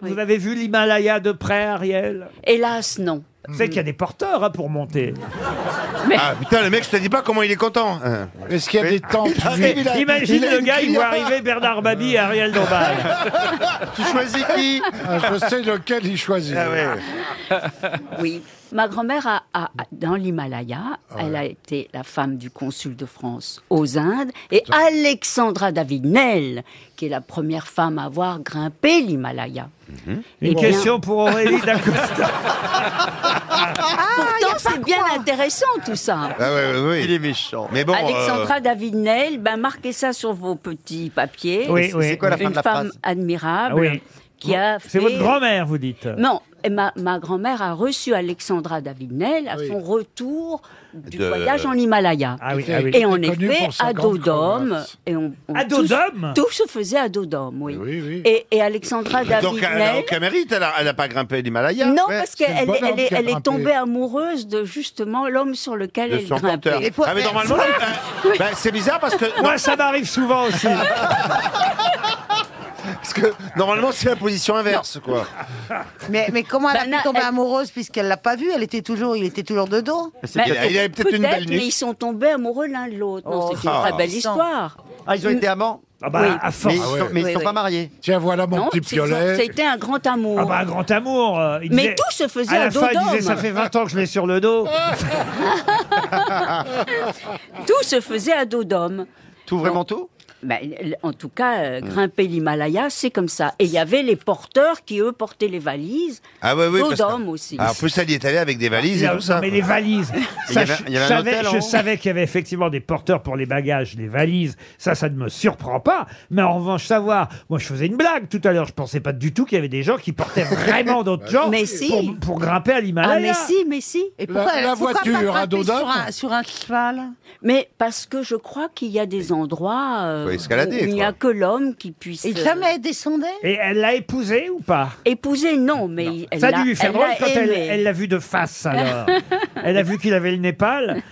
Vous avez vu l'Himalaya de près, Ariel Hélas, non. Vous savez qu'il y a des porteurs hein, pour monter. Ah putain, le mec, je te dis pas comment il est content. hein. Est-ce qu'il y a des temples Il arrive, il a- Ah, Imagine il a le une gars, il voit cuillère. arriver Bernard Mabi et Ariel Dombal. Tu choisis qui Ah, Je sais lequel il choisit. Ah ouais. Ah. Oui. Ma grand-mère, a, a- a- dans l'Himalaya, elle a été la femme du consul de France aux Indes. Et Alexandra David-Nel, qui est la première femme à avoir grimpé l'Himalaya. Mhm. Une Eh bien, question pour Aurélie Dacosta. Ah, Pourtant, c'est bien intéressant tout ça. Ah ouais, ouais, ouais. Il est méchant. Mais bon, euh. Alexandra David-Nel, ben, marquez ça sur vos petits papiers. Oui, C'est- oui. C'est quoi la fin Une de la femme phrase admirable Ah oui. qui a fait... C'est votre grand-mère, vous dites. Non, et ma, ma grand-mère a reçu Alexandra David-Nel à son retour du De- voyage en Himalaya. Ah oui, Qui ah était- oui. Et en était connu effet, pour sa à dos grande d'homme. controverse. et on- on- À dos tout se- d'homme Tout se faisait à dos d'homme, oui. Oui, oui. Et, et Alexandra euh, donc elle n'a David-Nel. aucun mérite, elle a, elle a pas grimpé l'Himalaya. Non, Ouais. parce c'est qu'elle le est- bonhomme elle est, qui a elle est grimpé. tombée amoureuse de justement l'homme sur lequel de elle son porteur. grimpait. Ah mais normalement, euh, bah, c'est bizarre parce que, non, Moi, ça m'arrive souvent aussi. Ah parce que normalement c'est la position inverse quoi. Mais, mais comment elle a Bah, pu non, tomber elle- amoureuse puisqu'elle l'a pas vu Elle était toujours, il était toujours de dos. Il, a- il avait peut-être une belle mais nuque. ils sont tombés amoureux l'un de l'autre. Non, Oh, c'est une très ah, belle sans. histoire. Ah, ils ont été amants Ah bah, à Mais force. ils sont, ouais. mais ils Oui, sont oui. pas mariés. Tiens, voilà mon Non, petit c'est- piolet. C'était un grand amour. Ah bah, un grand amour. euh, il Mais disait- tout se faisait À la à dos fin, il disait, d'homme. ça fait 20 ans que je l'ai sur le dos. Tout se faisait à dos d'homme. Tout vraiment tout Ben, l- en tout cas, euh, Hmm. grimper l'Himalaya, c'est comme ça. Et il y avait les porteurs qui, eux, portaient les valises. Ah ouais, oui, Dos parce que- d'homme aussi. Ah, en plus, elle y est allée avec des Ah, valises et Non, tout ça. mais les valises. Il y Ça, avait- je il y avait un savais, hôtel en je haut. savais qu'il y avait effectivement des porteurs pour les bagages, les valises. Ça, ça ne me surprend pas. Mais en revanche, savoir. Moi, je faisais une blague tout à l'heure. Je pensais pas du tout qu'il y avait des gens qui portaient vraiment d'autres gens Mais si. pour, pour grimper à l'Himalaya. Ah, mais si, mais si. Et La- la pourquoi pas voiture à grimper dos sur d'homme un, sur un cheval Mais parce que je crois qu'il y a des endroits euh, Faut escalader, où il n'y a que l'homme qui puisse Et euh, jamais elle descendait Et elle l'a épousé ou pas épouser. Non, mais elle Ça a l'a- dû lui faire elle drôle l'a quand elle- aimé. elle l'a vu de face alors. elle a vu qu'il avait le Népal.